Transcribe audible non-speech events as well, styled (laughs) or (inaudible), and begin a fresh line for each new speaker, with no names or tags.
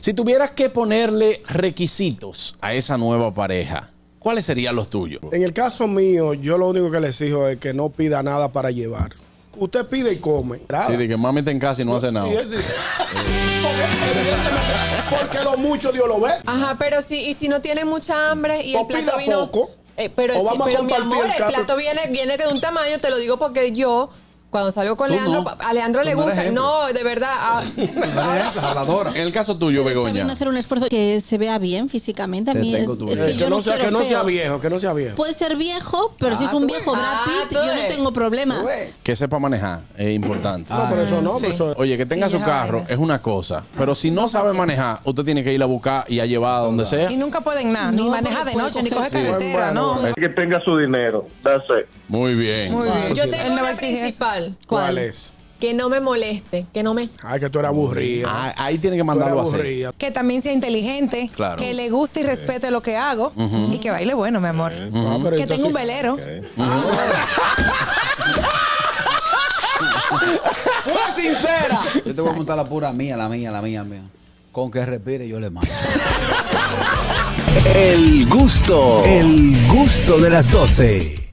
Si tuvieras que ponerle requisitos a esa nueva pareja, ¿cuáles serían los tuyos?
En el caso mío, yo lo único que les exijo es que no pida nada para llevar. Usted pide y come. Nada.
Sí, de que mami está en casa y no hace nada.
Y es de- porque, evidentemente, porque lo mucho Dios lo ve.
Ajá, pero si, y si no tiene mucha hambre y
O
el plato
pida
vino-
poco,
Eh, pero
o
sí,
vamos a
pero mi
compartir
amor,
el
el
plato.
plato viene, viene de un tamaño, te lo digo porque yo, cuando salgo con
Tú
Leandro,
no.
pa- a Leandro le
Tú no eres
gusta.
ejemplo.
No, de verdad.
(laughs)
ah,
habladora.
En el caso tuyo,
Pero está bien
Begoña.
hacer un esfuerzo que se vea bien físicamente. A
Te
mí
tengo tu
es
vida.
que
Eh,
yo
que
no,
no sea, que
quiero Pues,
no sea
feos.
viejo, que no sea viejo.
Puede ser viejo, pero si es un viejo
ves.
Brad
Ah,
Pitt,
tú
yo no
ves.
tengo problema.
Que sepa manejar es importante.
No, Ah, pero eso no, pero eso-
Oye, que tenga
Sí,
su
esa
carro
vaina.
es una cosa, pero si no sabe manejar, usted tiene que ir a buscar y a llevar a donde sea.
y nunca pueden nada, ni
No,
maneja
porque
de
puede
noche, ni
coger-
coge carretera,
Bueno,
no.
bueno,
que tenga su dinero. That's it.
Muy bien.
Muy bien.
Yo
Yo
tengo
tengo
Él
una principal.
¿Cuál es?
Que no me moleste, que no me...
Ay, que tú eres aburrida.
Ah, ahí tiene que
Tú eres
mandarlo a hacer.
aburrida.
Que también sea inteligente,
Claro.
que le guste y respete lo que hago y que baile bueno, mi amor.
No, Ah, pero
Que
entonces-
tenga un velero.
¡Fue sincera!
Yo te voy a montar la pura mía, la mía, la mía, mía. Con que respire yo le mando.
El gusto, el gusto de las doce.